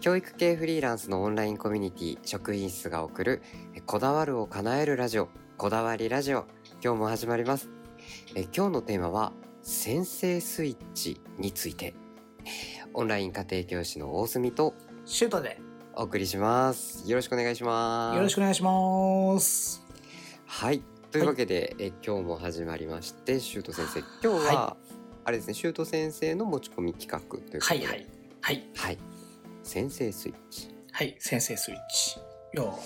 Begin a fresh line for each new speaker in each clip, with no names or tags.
教育系フリーランスのオンラインコミュニティ職員室が送るえこだわるを叶えるラジオこだわりラジオ今日も始まりますえ今日のテーマは先生スイッチについてオンライン家庭教師の大隅と
シュートで
お送りしますよろしくお願いします
よろしくお願いします。
はいというわけで、え今日も始まりましてシュート先生今日は、あれですねシュート先生の持ち込み企画ということ
は
で
いはいはい
はい先生スイッチ
はい先生スイッチ。よ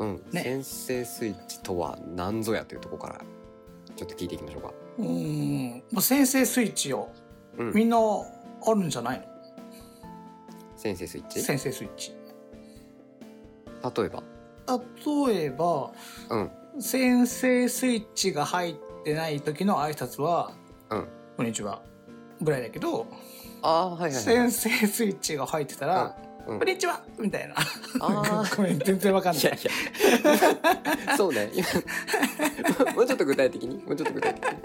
うん、
ね
先生スイッチとは何ぞやというところからちょっと聞いていきましょうか。
ううーんもう先生スイッチを
う
み
ん、
んなあるんじゃないの？
先生スイッチ
先生スイッチ。
例えば、
例えば
うん、
先生スイッチが入ってない時の挨拶は
うん。
こんにちはぐらいだけど、
ああ、はいはい、はい
先。生スイッチが入ってたら。
うんうん
こんにちはみたいな。
あ
ごめん全然わか
あ、
ん
い
な
や
い。
いや。 そうね。今もうちょっと具体的に、もうちょっと具体的に。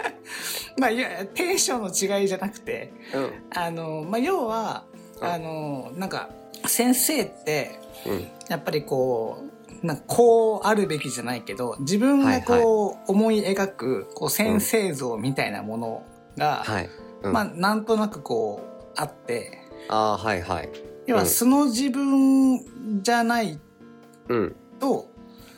まあいやテンションの違いじゃなくて、
うん、
あのまあ要は
うん
あのなんか先生って
うん、
やっぱりこうなんかこうあるべきじゃないけど自分がこう思い描くこう先生像みたいなものが、
はい。うん、
まあなんとなくこうあって
ああ、はいはい。
要
う
は
ん
素の自分じゃない
うん、
と、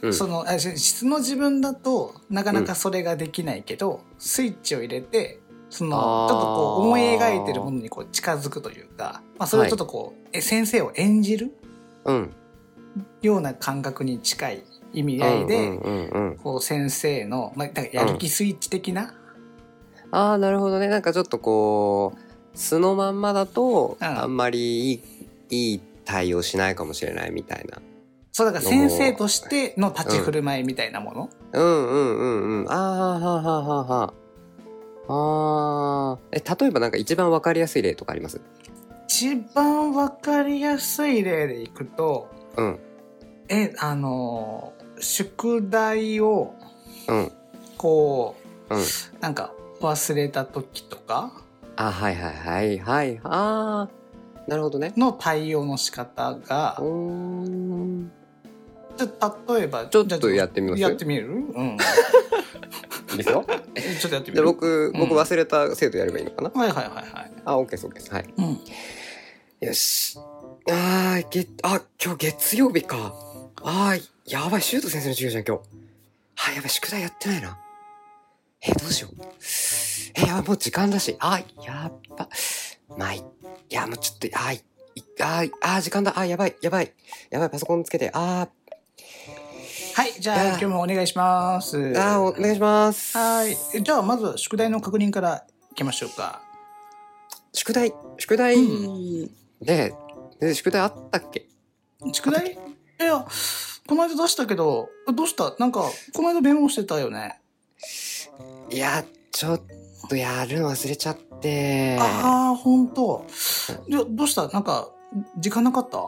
うん、
そのあし素の自分だとなかなかそれができないけど、スイッチを入れてそのちょ
あー
っとこう思い描いてるものにこう近づくというか、まあ、それをちょっとこう、え先生を演じる
うん。
ような感覚に近い意味合いで、
うん、うん、うんうん。
こう先生の、まあ、だからやる気スイッチ的な、
ああ、なるほどね。なんかちょっとこう、素のまんまだと、
うん
あんまりいい、いい対応しないかもしれないみたいな。
そうだから先生としての立ち振る舞いみたいなもの、
うんうんうんうん。ああ、はあはあはあはあ。ああ。え、例えばなんか一番わかりやすい例とかあります
一番わかりやすい例でいくと
うん。
えあのー宿題を
うん。
こう、
うん
なんか忘れた時とか
あ、はいはいはいはい。ああ。なるほどね。
の対応の仕方が
うーん。
ちょっと例えば
ちょっとやってみます
じゃあやってみる うん
いいですよ。
えちょっとやってみ
じゃあ
る
僕、
うん
僕忘れた生徒やればいいのかな、
はいはいはいはい
あ、オッケーですオッケーです。はい。
うん
よし。ああ、げ、あ、今日月曜日か。ああ、やばい、シュート先生の授業じゃん、今日。あーやばい、宿題やってないな。えー、どうしよう。えー、やばいもう時間だし。あーやっば。まあ、いいや、もうちょっと、あーいいあー、あー時間だ。あーやばい、やばい。やばい、パソコンつけて。あ
はいじゃあ
いや
今日もお願いします
ーあーお願いします。
はい。えじゃあ、まずは宿題の確認からいきましょうか。
宿題、宿題、
う
ねえ、ね宿題あったっけ
宿題いや、この間出したけど、どうしたなんか、この間メモしてたよね。
いや、ちょっとやるの忘れちゃって。
ああ、ほんと。いや、どうしたなんか、時間なかった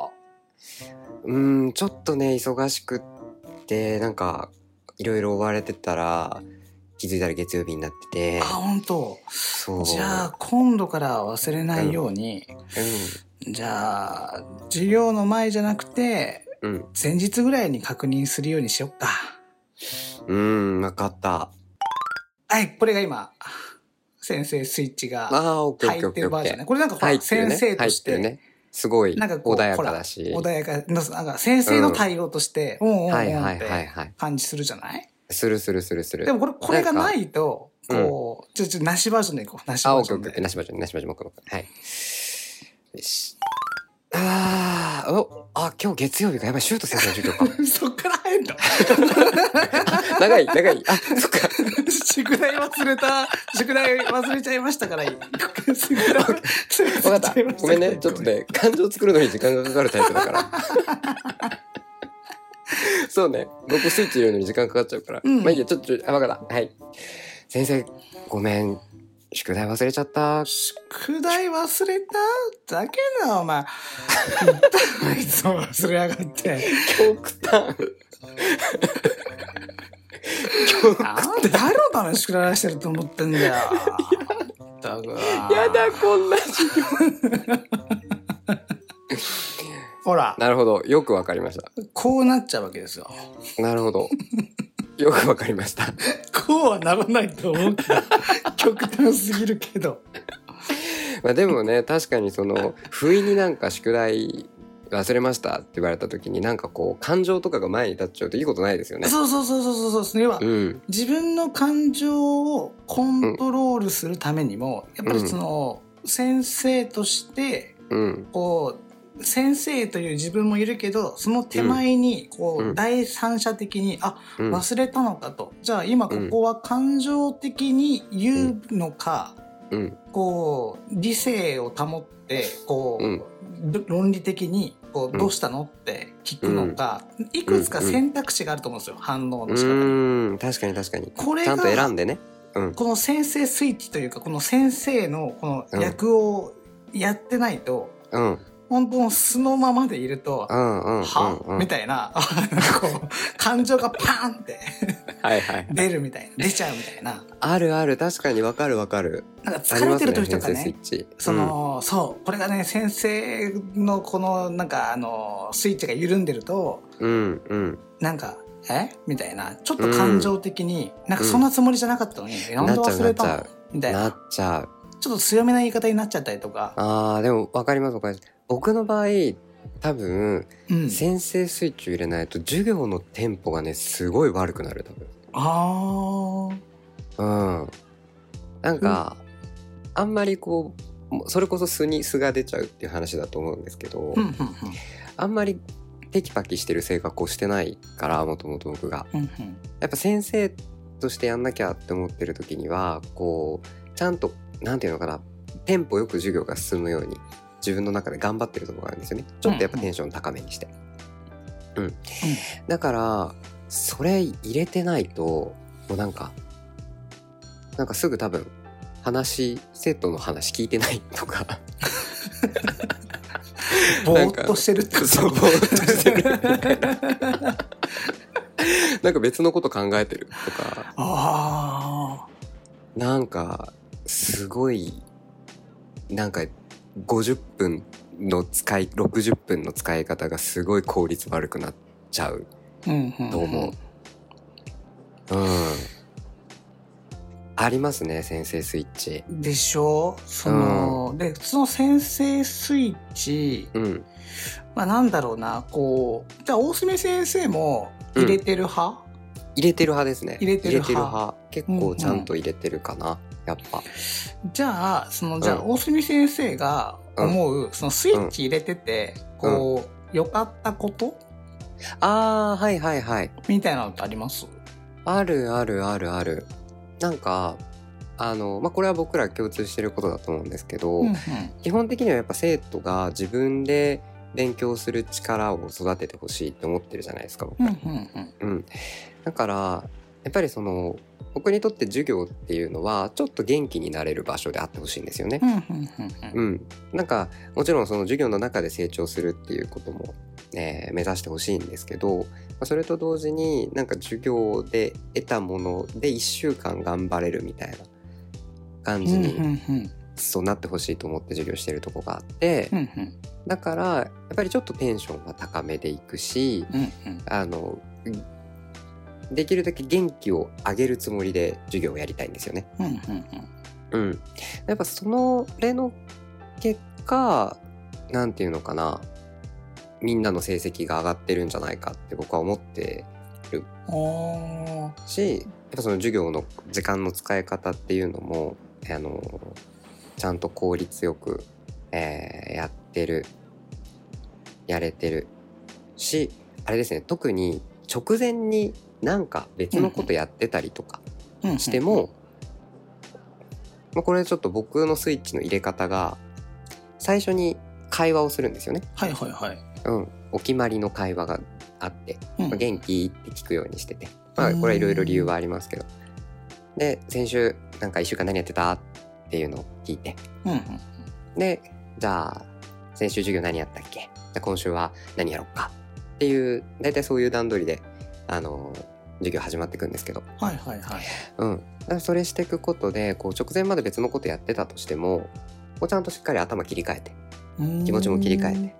うーん、ちょっとね、忙しくって、なんか、いろいろ追われてたら、気づいたら月曜日になってて
あ、ほんと。
そう。
じゃあ、今度から忘れないように、じゃあ、授業の前じゃなくて、
うん、うん、
前日ぐらいに確認するようにしよっか。
うん、わかった。
はい、これが今、先生スイッチ
あ
が
あ、オッケーオッ
入
ケーオッ
っ
ケ
て
ー
る
オ
バ
ッ
ー
ケ
ジョ
ー
ンね。。これなんかほら
入ってる
先
ね。
生と
入っ
して
る
て、
ね。すごい、
なんかこう
穏やかだし。
穏やかななんか先生の対応として、うん、うんうん
はい
うん
は
っ
いはい
て
はい。
感じするじゃない
するするするする。
でもこれこれが
なんか
ないと
うん
こう、ちょちょなしバージョンでいこうなし
あ、
バ
オ
ー
ッ
ジ
ケー
ョ
オ
ン
ッケ
で
ー。なしばちゃん、なしばちゃん、僕僕はい。よし。ああ、お、あ、今日月曜日か。やばい、シュート先生の授業か。
そっから入んの
長い、長い。あ、そっか。
宿題忘れた宿題忘れちゃいましたからいい宿題忘れ ちゃい
わかっ
ましたから
た。ごめんね。ちょっとね、感情作るのに時間がかかるタイプだ から。そうね。僕スイッチ入れるのに時間かかっちゃうから。
うん
まあいいや、ちょっと、あ、わかった。はい。先生、ごめん。宿題忘れちゃった。
宿題忘れただけなお前あいつも忘れやがって
極端。極
あ
端。
んた誰のために宿題出してると思ってんだよ。ったく
やだ、こんな授業。
ほら、
なるほど。よくわかりまし
こうなっちゃうわけですよ。
た。なるほど。よくわかりました。
こうはならないと思うけど、極端すぎるけど。
まあでもね、確かにその、不意になんか宿題忘れましたって言われた時に、なんかこう、感情とかが前に立っちゃうといいことないですよね。
そうそうそうそうそうそう。要は、
うん。
自分の感情をコントロールするためにも、やっぱりその、先生として、
うん。
こう、先生という自分もいるけど、その手前に、こう、
うん
第三者的に、あ、
うん。
忘れたのかと。じゃあ今ここは感情的に言うのか、
うん。
こう理性を保ってこう、
うん
ど論理的にこ
う
うんどうしたのって聞くのか、いくつか選択肢があると思うんですよ、反応
う
の仕方に
ーん。確かに確かに。
これ
ちゃ
が
んと選んでね。うん。
この先生スイッチというかこの先生のこの役をやってないと、
うん。
本当の素のままでいると
う。んうんうんうん。
は、みたいな、こう、感情がパーンって
はいはい。
出るみたいな、出ちゃうみたいな。
あるある、確かにわかるわかる。
なんか
あ
疲
り
れ
ます
てる時と
先
か
生
ね
スイ、ッチ。
その、そう、これがね、先生のこの、なんか、あの、スイッチが緩んでると、
うん、うん、うん。
なんか、えみたいな、ちょっと感情的に、なんかそんなつもりじゃなかったのに、
ん
なんで忘れた
なっちゃうなっ
の
ち
みたい
な
な、
っちゃう。
ちょっと強めな言い方になっちゃったりとか、
ああ、でもわかりますわかります。僕の場合、多分、
うん。
先生スイッチを入れないと授業のテンポがね、すごい悪くなる、多分。
あー
うん。なんか、あんまりこうもう、それこそ素に素が出ちゃうっていう話だと思うんですけど、
うんうんうん
あんまりテキパキしてる性格をしてないから、もともと僕が。
うんうん
やっぱ先生としてやんなきゃって思ってる時にはこうちゃんとなんていうのかなテンポよく授業が進むように自分の中で頑張ってるところがあるんですよねちょっとやっぱテンション高めにしてうん、だからそれ入れてないともうなんかなんかすぐ多分話生徒の話聞いてないとか
ぼ
なん
ー
か
っとしてるってこと
そうぼーっとしてるなんか別のこと考えてるとか
あ
なんかすごいなんか50分の使い60分の使い方がすごい効率悪くなっちゃう
ーうんうんん
と思ううん、ありますね先生スイッチ
でしょその、で、その先生スイッチ、
うん
まあ、なんだろうな、こう、じゃあ、大隅先生も入れてる派、
入れてる派ですね
入れてる派
結構ちゃんと入れてるかな、やっぱ
じゃあ、その、じゃあ、
うん
大隅先生が思う、そのスイッチ入れてて、こう、良かったこと
ああはいはいはい
みたいなのってあります
あるあるあるあるなんかあのまあこれは僕ら共通してることだと思うんですけど、
うんうん
基本的にはやっぱ生徒が自分で勉強する力を育ててほしいって思ってるじゃないですか僕
うんう
は、
んうん
うん、だからやっぱりその僕にとって授業っていうのはちょっと元気になれる場所であってほしいんですよね
う、んうんうんうん
うん、なんかもちろんその授業の中で成長するっていうことも、えー目指してほしいんですけど、まあそれと同時になんか授業で得たもので1週間頑張れるみたいな感
うんう
じ
ん
に、
うん
そうなってほしいと思って授業してるとこがあって、
うんうん
だからやっぱりちょっとテンションが高めでいくし
うんうん
あのうんできるだけ元気を上げるつもりで授業をやりたいんですよね。
うんうんうん
うん、やっぱそのれの結果なんていうのかなみんなの成績が上がってるんじゃないかって僕は思って
おー
しやっぱその授業の時間の使い方っていうのもあのちゃんと効率よく、えーやってるやれてるしあれですね特に直前になんか別のことやってたりとか
うんうん
しても、まあ、これちょっと僕のスイッチの入れ方が最初に会話をするんですよね。
はいはいはい
うん、お決まりの会話があって
うん
まあ元気って聞くようにしてて、まあ、
うん
これはいろいろ理由はありますけどで先週なんか1週間何やってたっていうのを聞いて
うんうん
でじゃあ先週授業何やったっけじゃあ今週は何やろっかっていう大体そういう段取りであの授業始まっていくんですけど、
はいはいはい
うん、だからそれしていくことでこう直前まで別のことやってたとしてもこうちゃんとしっかり頭切り替えて気持ちも切り替えて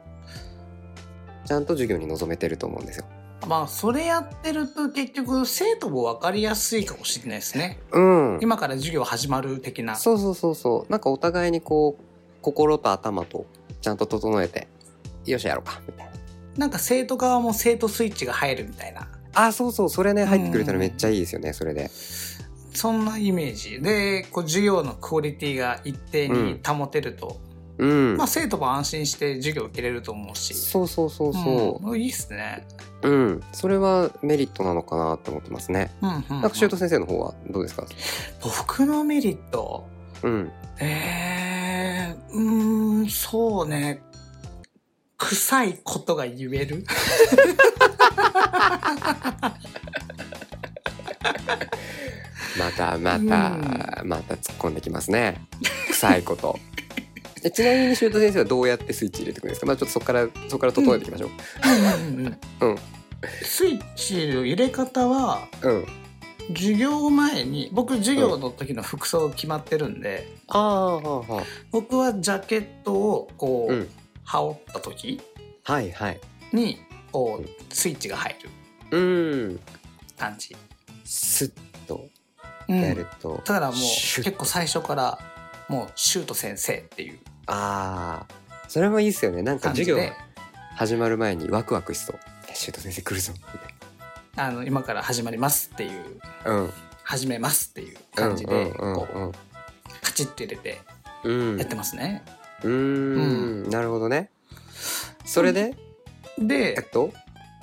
ちゃんと授業に臨めてると思うんですよ。
まあそれやってると結局生徒も分かりやすいかもしれないですね
うん。
今から授業始まる的な
そうそうそうそう。なんかお互いにこう、心と頭とちゃんと整えて、よしやろうか、みたいな。
なんか生徒側も生徒スイッチが入るみたいな
あ、そうそう、それね、入ってくれたら
うん
めっちゃいいですよね、それで。
そんなイメージでこう授業のクオリティが一定に保てると、
うん
まあ、。生徒も安心して授業受けれると思うし
そうそうそうそ
うん、いいっすね
う。うん。それはメリットなのかなって思ってますね。
うんうん、うん
なんか、修斗先生の方はどうですか
僕のメリット
うん。
えー、うーんそうね臭いことが言える
またまた、また突っ込んできますね。臭いこと。えちなみに修斗先生はどうやってスイッチ入れてくるんですかまあちょっとそこから、そこから整えていきましょう。
うんうんうん
うん
スイッチの入れ方は
うん。
授業前に僕授業の時の服装決まってるんで、
ああ、はあ、は
僕はジャケットをこう、
うん
羽織った時
あ。はいはい。
にこ
うん
うスイッチが入る
うん。
感じ、
スッと
うん
や
だ
ると。
からもう
シュッ
結構最初からもうシュート先生っていう
ああ。それもいいっすよね。なんか
感じ
授業
で
始まる前にワクワクしそう。え修斗先生来るぞ。み
あの今から始まりますっていう
たいなうん。
始めますっていう感じで
うんうん
こうカチッて入れて
うんうん。
やってますね。
うん。うん。なるほどね。それで、え
で
っと、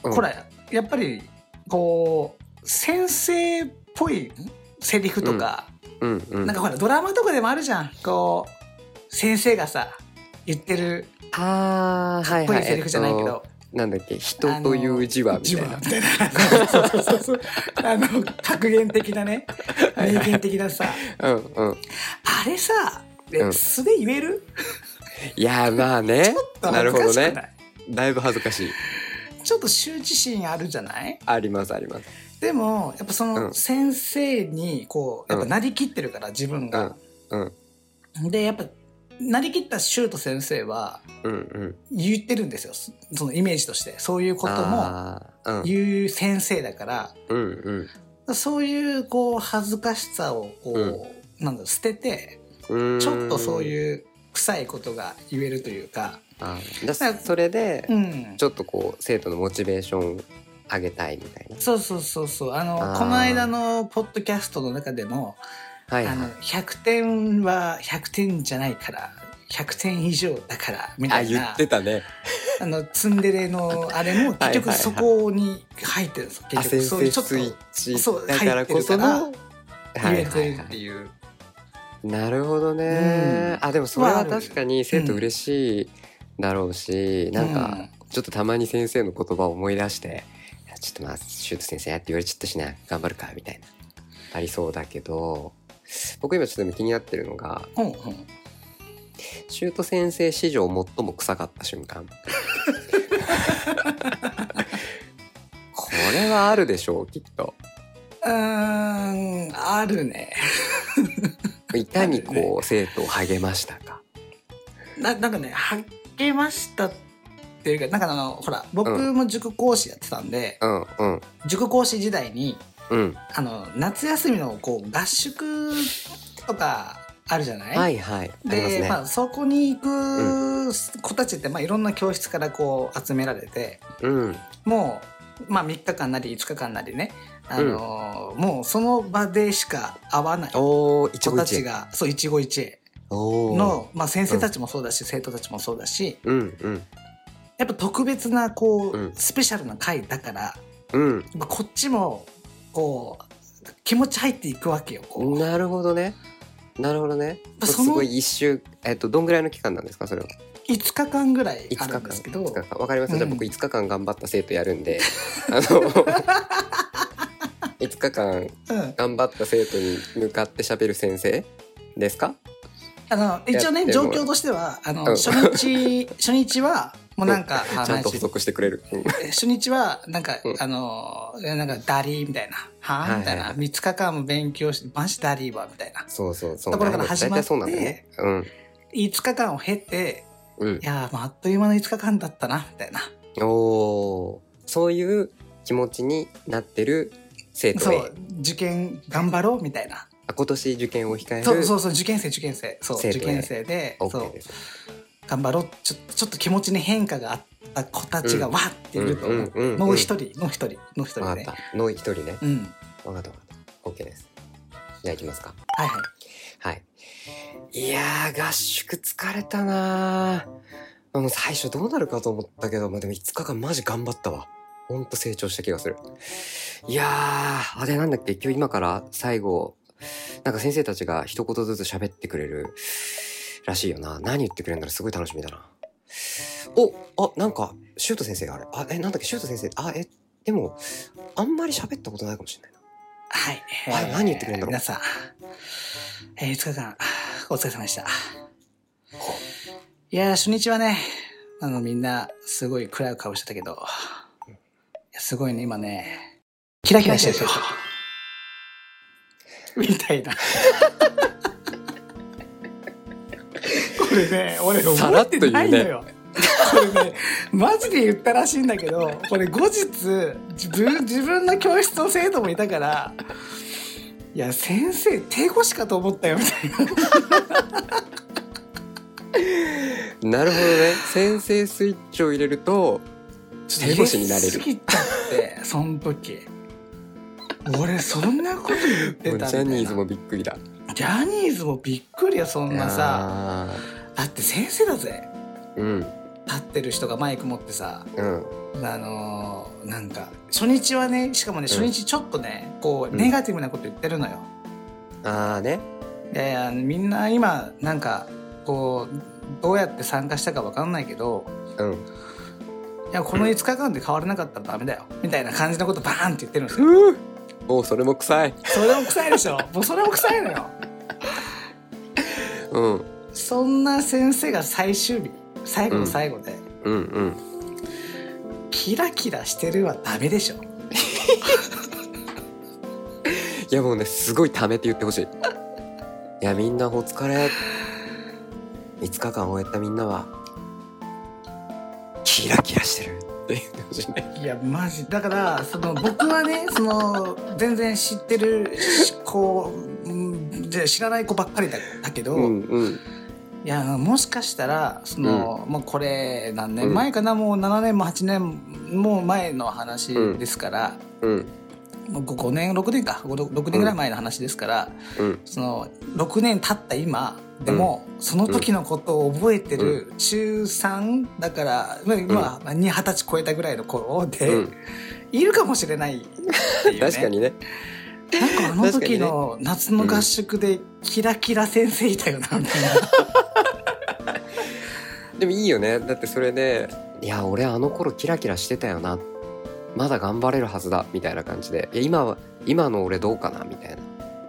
うん
これやっぱりこう先生っぽいセリフとか、
うんうん。
なんかほらドラマとかでもあるじゃんこう先生がさ言ってる
ああ、は
かっ
い
こ
はいい。
いセリフじゃないけど
なんだっけ、人という字はみ
ジ
た
バ
いな。
みたいなそうそうそうそうあの格言的なね
い
名言的なさ
うんうん。
あれさ
うん
え素で言える
いやー、まあね。なるほど
恥ずかしく
ね
な。い
だいぶ恥ずかしい。
ちょっと羞恥心あるじゃない
ありますあります。
でもやっぱそうの
ん
先生にこうやっぱなりきってるから自分が。
うん
でやっぱなりきったシュート先生は
うんうん。
言ってるんですよそそのイメージとしてそういうことも
ああー、
言う先生だから
うんうんうん。
そういうこう恥ずかしさをこう、なんだろう捨ててちょっとそう
う
いう臭いことが言えるというか、
ーん。あーじゃあそれで
う、ん
ち、ょっとこう、生徒のモチベーションを上げたいみたいな。
そうそうそうそうあの
あー
この間のポッドキャストの中でも
はいは
あの
い。
100点は100点じゃないから100点以上だからみた
あ、
い
言
な
ってたね。
あのツンデレのあれも結局
はいはいは
そ
い
こに入ってるんですよ
あ、
結
先
局そう
生
いうちょっ
スイッ
とそう
チだからこそ
入
の。は
言
い
え
はい
てる
は
って
い。
いう
なるほどね。あ、でもそれ
はあ
は
る
確かに生徒嬉しいだろうし、なんか、ちょっとたまに先生の言葉を思い出して、いやちょっとまあ、シュート先生やって言われちゃったしな、頑張るか、みたいな。ありそうだけど、僕今ちょっとでも気になってるのが、
うんうんうん
シュート先生史上最も臭かった瞬間。 これはあるでしょう、きっと。
うーんあるね
いかにこう、生徒を励ましたか。
ななんかね励ましたっていうかなんかあのほら僕も塾講師やってたんで、
うん、うん、
塾講師時代に
うん。
あの夏休みのこう合宿とかあるじゃない、
はいはい。あります
で
ね。
まあ、そこに行く子たちって、まあ、いろんな教室からこう集められて
うん、
もう、まあ、3日間なり5日間なりね、あのーもうその場でしか会わない子
おー、一期
た
一
ち
会。
がそう一期一会
おー。
の、まあ、先生たちもそうだし、生徒たちもそうだし
うん、うん、
やっぱ特別なこう、
うん
スペシャルな回だからや
うん。
っぱこっちもこう気持ち入っていくわけよこう
なるほどね。なるほどね。
まあ
す
その
ごい一周、えっと、どんぐらいの期間なんですか、それは。
5日間ぐらい
5
あ
日
る
間。
んですけど
五日間わかりました。じゃあ、
うん
僕5日間頑張った生徒やるん で。あの。5日間
うん、
頑張った生徒に向かって喋る先生。ですか。
あの一応
やっ
ね
ても
状況としてはあの、
うん
初 日初日はもうなんかあ
ちゃんと補
何し
足してくれる。うん
初日はなんか、
うん
あのなんかダリーみたいなは
はい
あみたいな、
はい
三日間も勉強してマジダリーはみたいな
そうそう、そう。
ところから始まっ
大
て
体そうなんだよね。うん。
5日間を経て
うん
い。やーもうあっという間の5日間だったなみたいな
おーそういう気持ちになってる生徒
そ
A
う受験頑張ろうみたいな
あ今年受験を控える
そうそうそう受験生受験生そう
生徒
受
A
験生でそ
OK
う
です
頑張ろうちょちょっと気持ちに変化があった子たちが
うん
わっていると
うんうんうんうん
もう一人の一人の一人
わかっ
ね
たの一人ね
うん
わかったわかった OK ですじゃあいきますか
はいはい
はいいやー合宿疲れたなーもう最初どうなるかと思ったけど、まあ、でも5日間マジ頑張ったわほんと成長した気がするいやーあれなんだっけ今日今から最後なんか先生たちが一言ずつ喋ってくれるらしいよな何言ってくれるんだろうすごい楽しみだなおあなんかシュート先生があれあえなんだっけシュート先生あえでもあんまり喋ったことないかもしれないな
はい、
はい何言ってくれるんだろう
皆さん、えー、5日間、お疲れ様でした。いやー、初日はね、あの、みんな、すごい暗い顔してたけど、いやすごいね、今ね、キラキラしてるよ。 みたいな。これね、俺
さ
思
らっ
っ
と
て
言うね
ないのよ。これね、マジで言ったらしいんだけど、これ後日、自分、自分の教室の生徒もいたから、いや、先生、手越しかと思ったよ、みたいな。
なるほどね。先生スイッチを入れると、手越しになれ
入
る
れす。ぎちゃって、その時。俺、そんなこと言ってた
も
み
うジ
たいな。
ャニーズもびっくりだ。
ジャニーズもびっくりよ、そんなさ。
あ
だって先生だぜ。
ー。うん、
立ってる人がマイク持ってさ、
うん、
あのーなんか、初日はね、しかもね、
うん
初日ちょっとね、こう、
うん
ネガティブなこと言ってるのよ。
あーね。
でみんな今なんかこうどうやって参加したかわかんないけど
うん。
いやこの5日間で変わらなかったらダメだよみたいな感じのことバーンって言ってるんですよ
ふうおうそれも臭い。
それも臭い でしょもうそれも臭いのよ
うん、
そんな先生が最終日最後の最後で、
うん、うん。
キラキラしてるはダメでしょ
いやもうね、すごいためて言ってほしい。いや、みんなお疲れ。5日間終えたみんなは、キラキラしてるって言ってほしいね。
いやマジだからその僕はねその全然知ってる子うんで知らない子ばっかりだだけど、
うん、うん。
いやもしかしたらその、もうこれ何
うん
年前かな、もう7年も8年も前の話ですから、
うん、
もうご5年6年か 6, 年ぐらい前の話ですから、
うん。
その6年経った今でも、その時のことを覚えてる中3だから、まあまあ二十歳超えたぐらいの頃で、
うん
いるかもしれないって いう、ね、
確かにね。
なんかあの時の夏の合宿でキラキラ先生いたよなみたいな。
でもいいよねだってそれで「いや俺あの頃キラキラしてたよなまだ頑張れるはずだ」みたいな感じで「いや今は今の俺どうかな」みたいな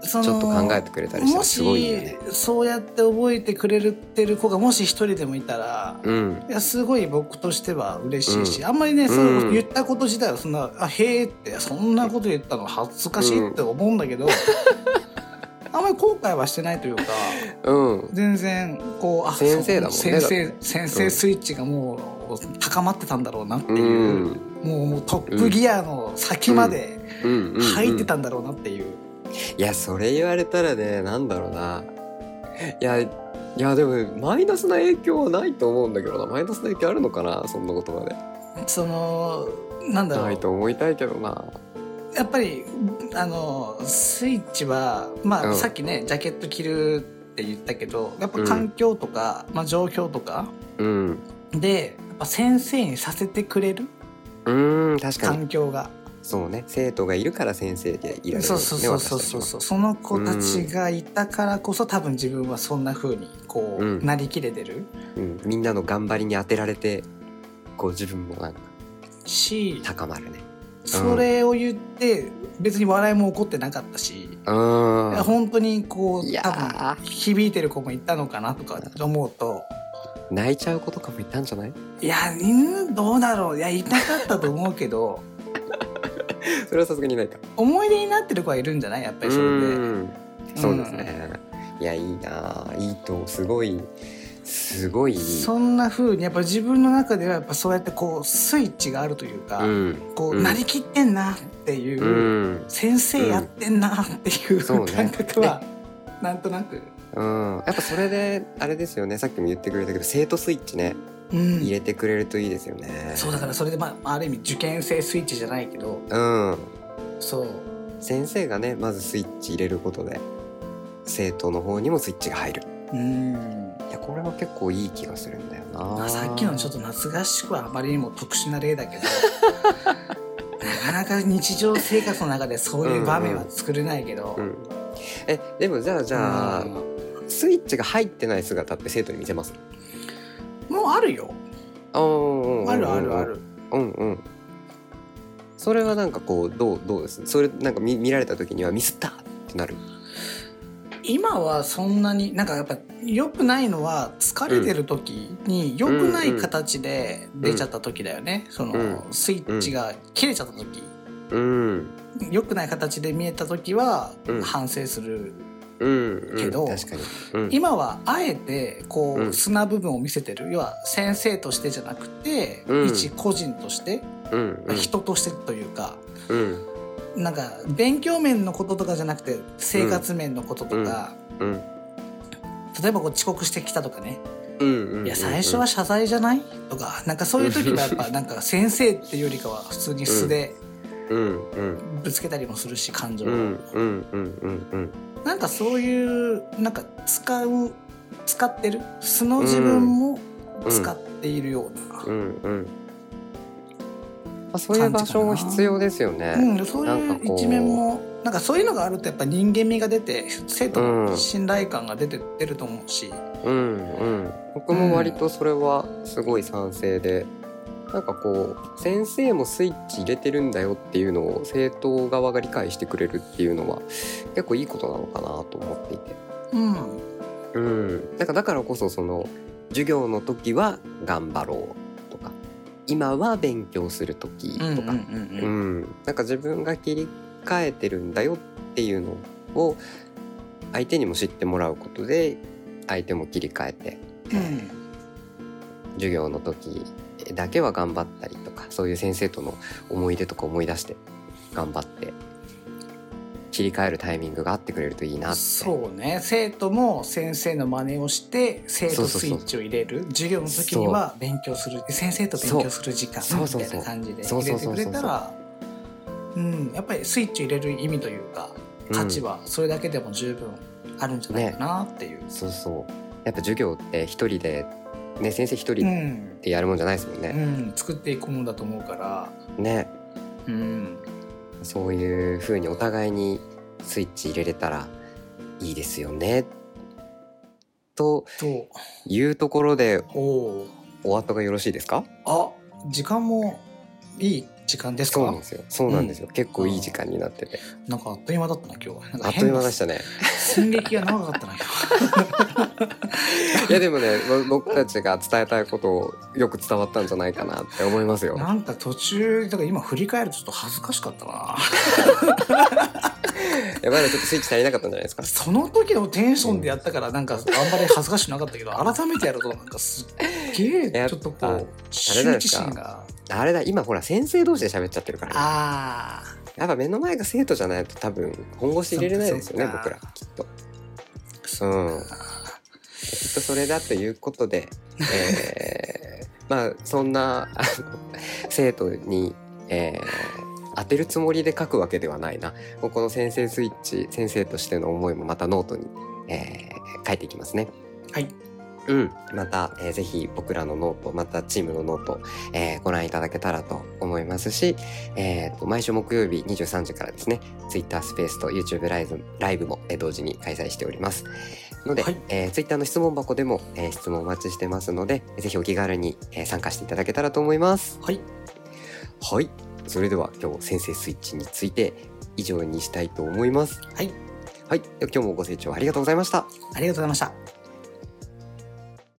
そ の
ちょっと考えてくれたりした
も
らすごいよね
し。そうやって覚えてくれてる子がもし一人でもいたら、
うん
いやすごい僕としては嬉しいし、
う
あんまりねそういうこと
うん
言ったこと自体はそんな「あへえ」ってそんなこと言ったの恥ずかしいって思うんだ けど、あんまり後悔はしてないというか
うん
全然こうあ
先生だもんね
そ
だ
う先生
って
先生スイッチがもう高まってたんだろうなって
うんう
いう、
ん
もうもうトップギアの先まで
うんうん
入ってたんだろうなっていう。
いやそれ言われたらねなんだろうないやいやでもマイナスな影響はないと思うんだけどなマイナスな影響あるのかなそんなことまで
そのなんだろう
ないと思いたいけどな
やっぱりあのスイッチは、まあ
うん
さっきねジャケット着るって言ったけどやっぱ
うん
環境とか、まあ、状況とか
うん
でやっぱ先生にさせてくれる
うん確かに
環境が、
そうね生徒がいるから先生でいられるんです
そ
ね
うそうそう
私たちも
そうそうそうその子たちがいたからこそ多分自分はそんな風にこう、
うん
なりきれてる
うん、みんなの頑張りに当てられてこう自分もなんか
し
高まるね
それを言って別に笑いも起こってなかったし。
うん
本当にこ
いうや
多
ー
分響いてる子もいたのかなとか思うと
泣いちゃう子とかもいたんじゃない
いやうんどうだろういやいなかったと思うけど
それはさすがにないか
思い出になってる子はいるんじゃないやっぱりそれで
んそうですね、いやいいなあいいとすごいすごい。
そんな風にやっぱ自分の中ではやっぱそうやってこうスイッチがあるというか、
うん。
こ
う
うんなりきってんなっていう、
うん。
先生やってんなっていう、
そうね
感覚はなんとなく、
うん。やっぱそれで、あれですよね。さっきも言ってくれたけど、生徒スイッチね、
うん
入れてくれるといいですよね。
そうだからそれで、まあ、ある意味受験生スイッチじゃないけど
うん。
そう
先生がね、まずスイッチ入れることで、生徒の方にもスイッチが入る。
うん、
いや、これは結構いい気がするんだよ
ま
な。
あ、さっきのちょっと懐かしくはあまりにも特殊な例だけど なかなか日常生活の中でそういう場面は作れないけど、
うん。え、でもじゃあ、じゃあ、
うん
スイッチが入ってない姿って生徒に見せます
もうあるよ
あ
あるあるある
うんうんそれはなんかこうどうどうですそれなんか見見られた時にはミスったってなる
今はそんなになんかやっぱ良くないのは疲れてる時に良くない形で出ちゃった時だよね、その
う
スイッチが切れちゃった時
うん
良くない形で見えた時は
うん
反省する、
うん、うん、
けど
確かに、うん、
今はあえてこ
う
うん素な部分を見せてる要は先生としてじゃなくて、
うん
一個人として、
うんうん
人としてというか
うん
なんか勉強面のこととかじゃなくて生活面のこととか、
うん
例えばこう遅刻してきたとかね
うんうん
いや最初は謝罪じゃないとかなんかそういう時はやっ ぱなんか先生っていうよりかは普通に素で
うんうん
ぶつけたりもするし感情
う
を、
んうんうんうんうん
なんかそういうなんか使う使ってる素の自分も使っているよう
う
な、
んうんまあそういう場所も必要ですよね、
うんそうい
なんか
う
こう
一面もなんかそういうのがあるとやっぱ人間味が出て生徒
うん
の信頼感が出て出ると思うし、
うんうん、僕も割とそれはすごい賛成で、なんかこう先生もスイッチ入れてるんだよっていうのを生徒側が理解してくれるっていうのは結構いいことなのかなと思っていて、
うん、
うん、なんかだからこそその授業の時は頑張ろうとか今は勉強する時とか、
うんうんうん
う
うん
ん、なんか自分が切り替えてるんだよっていうのを相手にも知ってもらうことで相手も切り替えて
うん
授業の時だけは頑張ったりとかそういう先生との思い出とか思い出して頑張って切り替えるタイミングがあってくれるといいなって
そうね生徒も先生の真似をして生
そう
徒
そう
ス
そう
イッチを入れる授業の時には勉強する先生と勉強する時間
そう
み
そうそう
た
そう
いな感じで
そう
入
そ
れ
うそうそ
て
う
くれたらうんやっぱりスイッチを入れる意味というか価値はそれだけでも十分あるんじゃないかなっていう。
うんそうそうやっぱ授業って一人でね先生一
う
人
ん
でやるもんじゃないですもん
う
ね、
ん、作っていくものだと思うから、
ね
うん、
そういう風にお互いにスイッチ入れれたらいいですよねと
と
いうところで
おお
お後がよろしいですか
あ時間もいい時間ですか
そうなんですよそうなんですよ、結構いい時間になってて
なんかあっという間だったな今日はなん
あ
か
っという
変な
間でしたね
寸劇が長かったな今日
いやでもねぼ僕たちが伝えたいことをよく伝わったんじゃないかなって思いますよ。
なんか途中だから今振り返るとちょっと恥ずかしかったな
やばいなちょっとスイッチ足りなかったんじゃないですか。
その時のテンションでやったからなんかあんまり恥ずかしくなかったけど改めてやるとなんかすっげ
やっ
え
ぱ
ちょっとこ
あれ
う
じゃない
羞
で
恥
すか
心が
あれだ今ほら先生同士で喋っちゃってるから、
ああ
やっぱ目の前が生徒じゃないと多分本腰入れれないですよね
そっか
僕らきっと。
そう
うん。きっとそれだということで、えーまあそんなあの生徒に、えー当てるつもりで書くわけではないな。ここの先生スイッチ先生としての思いもまたノートに、えー書いていきますね。
はい
うん、また、えーぜひ僕らのノートまたチームのノート、えーご覧いただけたらと思いますし、えーと毎週木曜日23時からですね Twitter スペースと YouTube ライブライブも、えー同時に開催しておりますので、
はい
えー Twitter の質問箱でも、えー質問お待ちしてますのでぜひお気軽に、えー参加していただけたらと思います
はい
はいそれでは今日先生スイッチについて以上にしたいと思います
はい
はいでは今日もご清聴ありがとうございました
ありがとうございました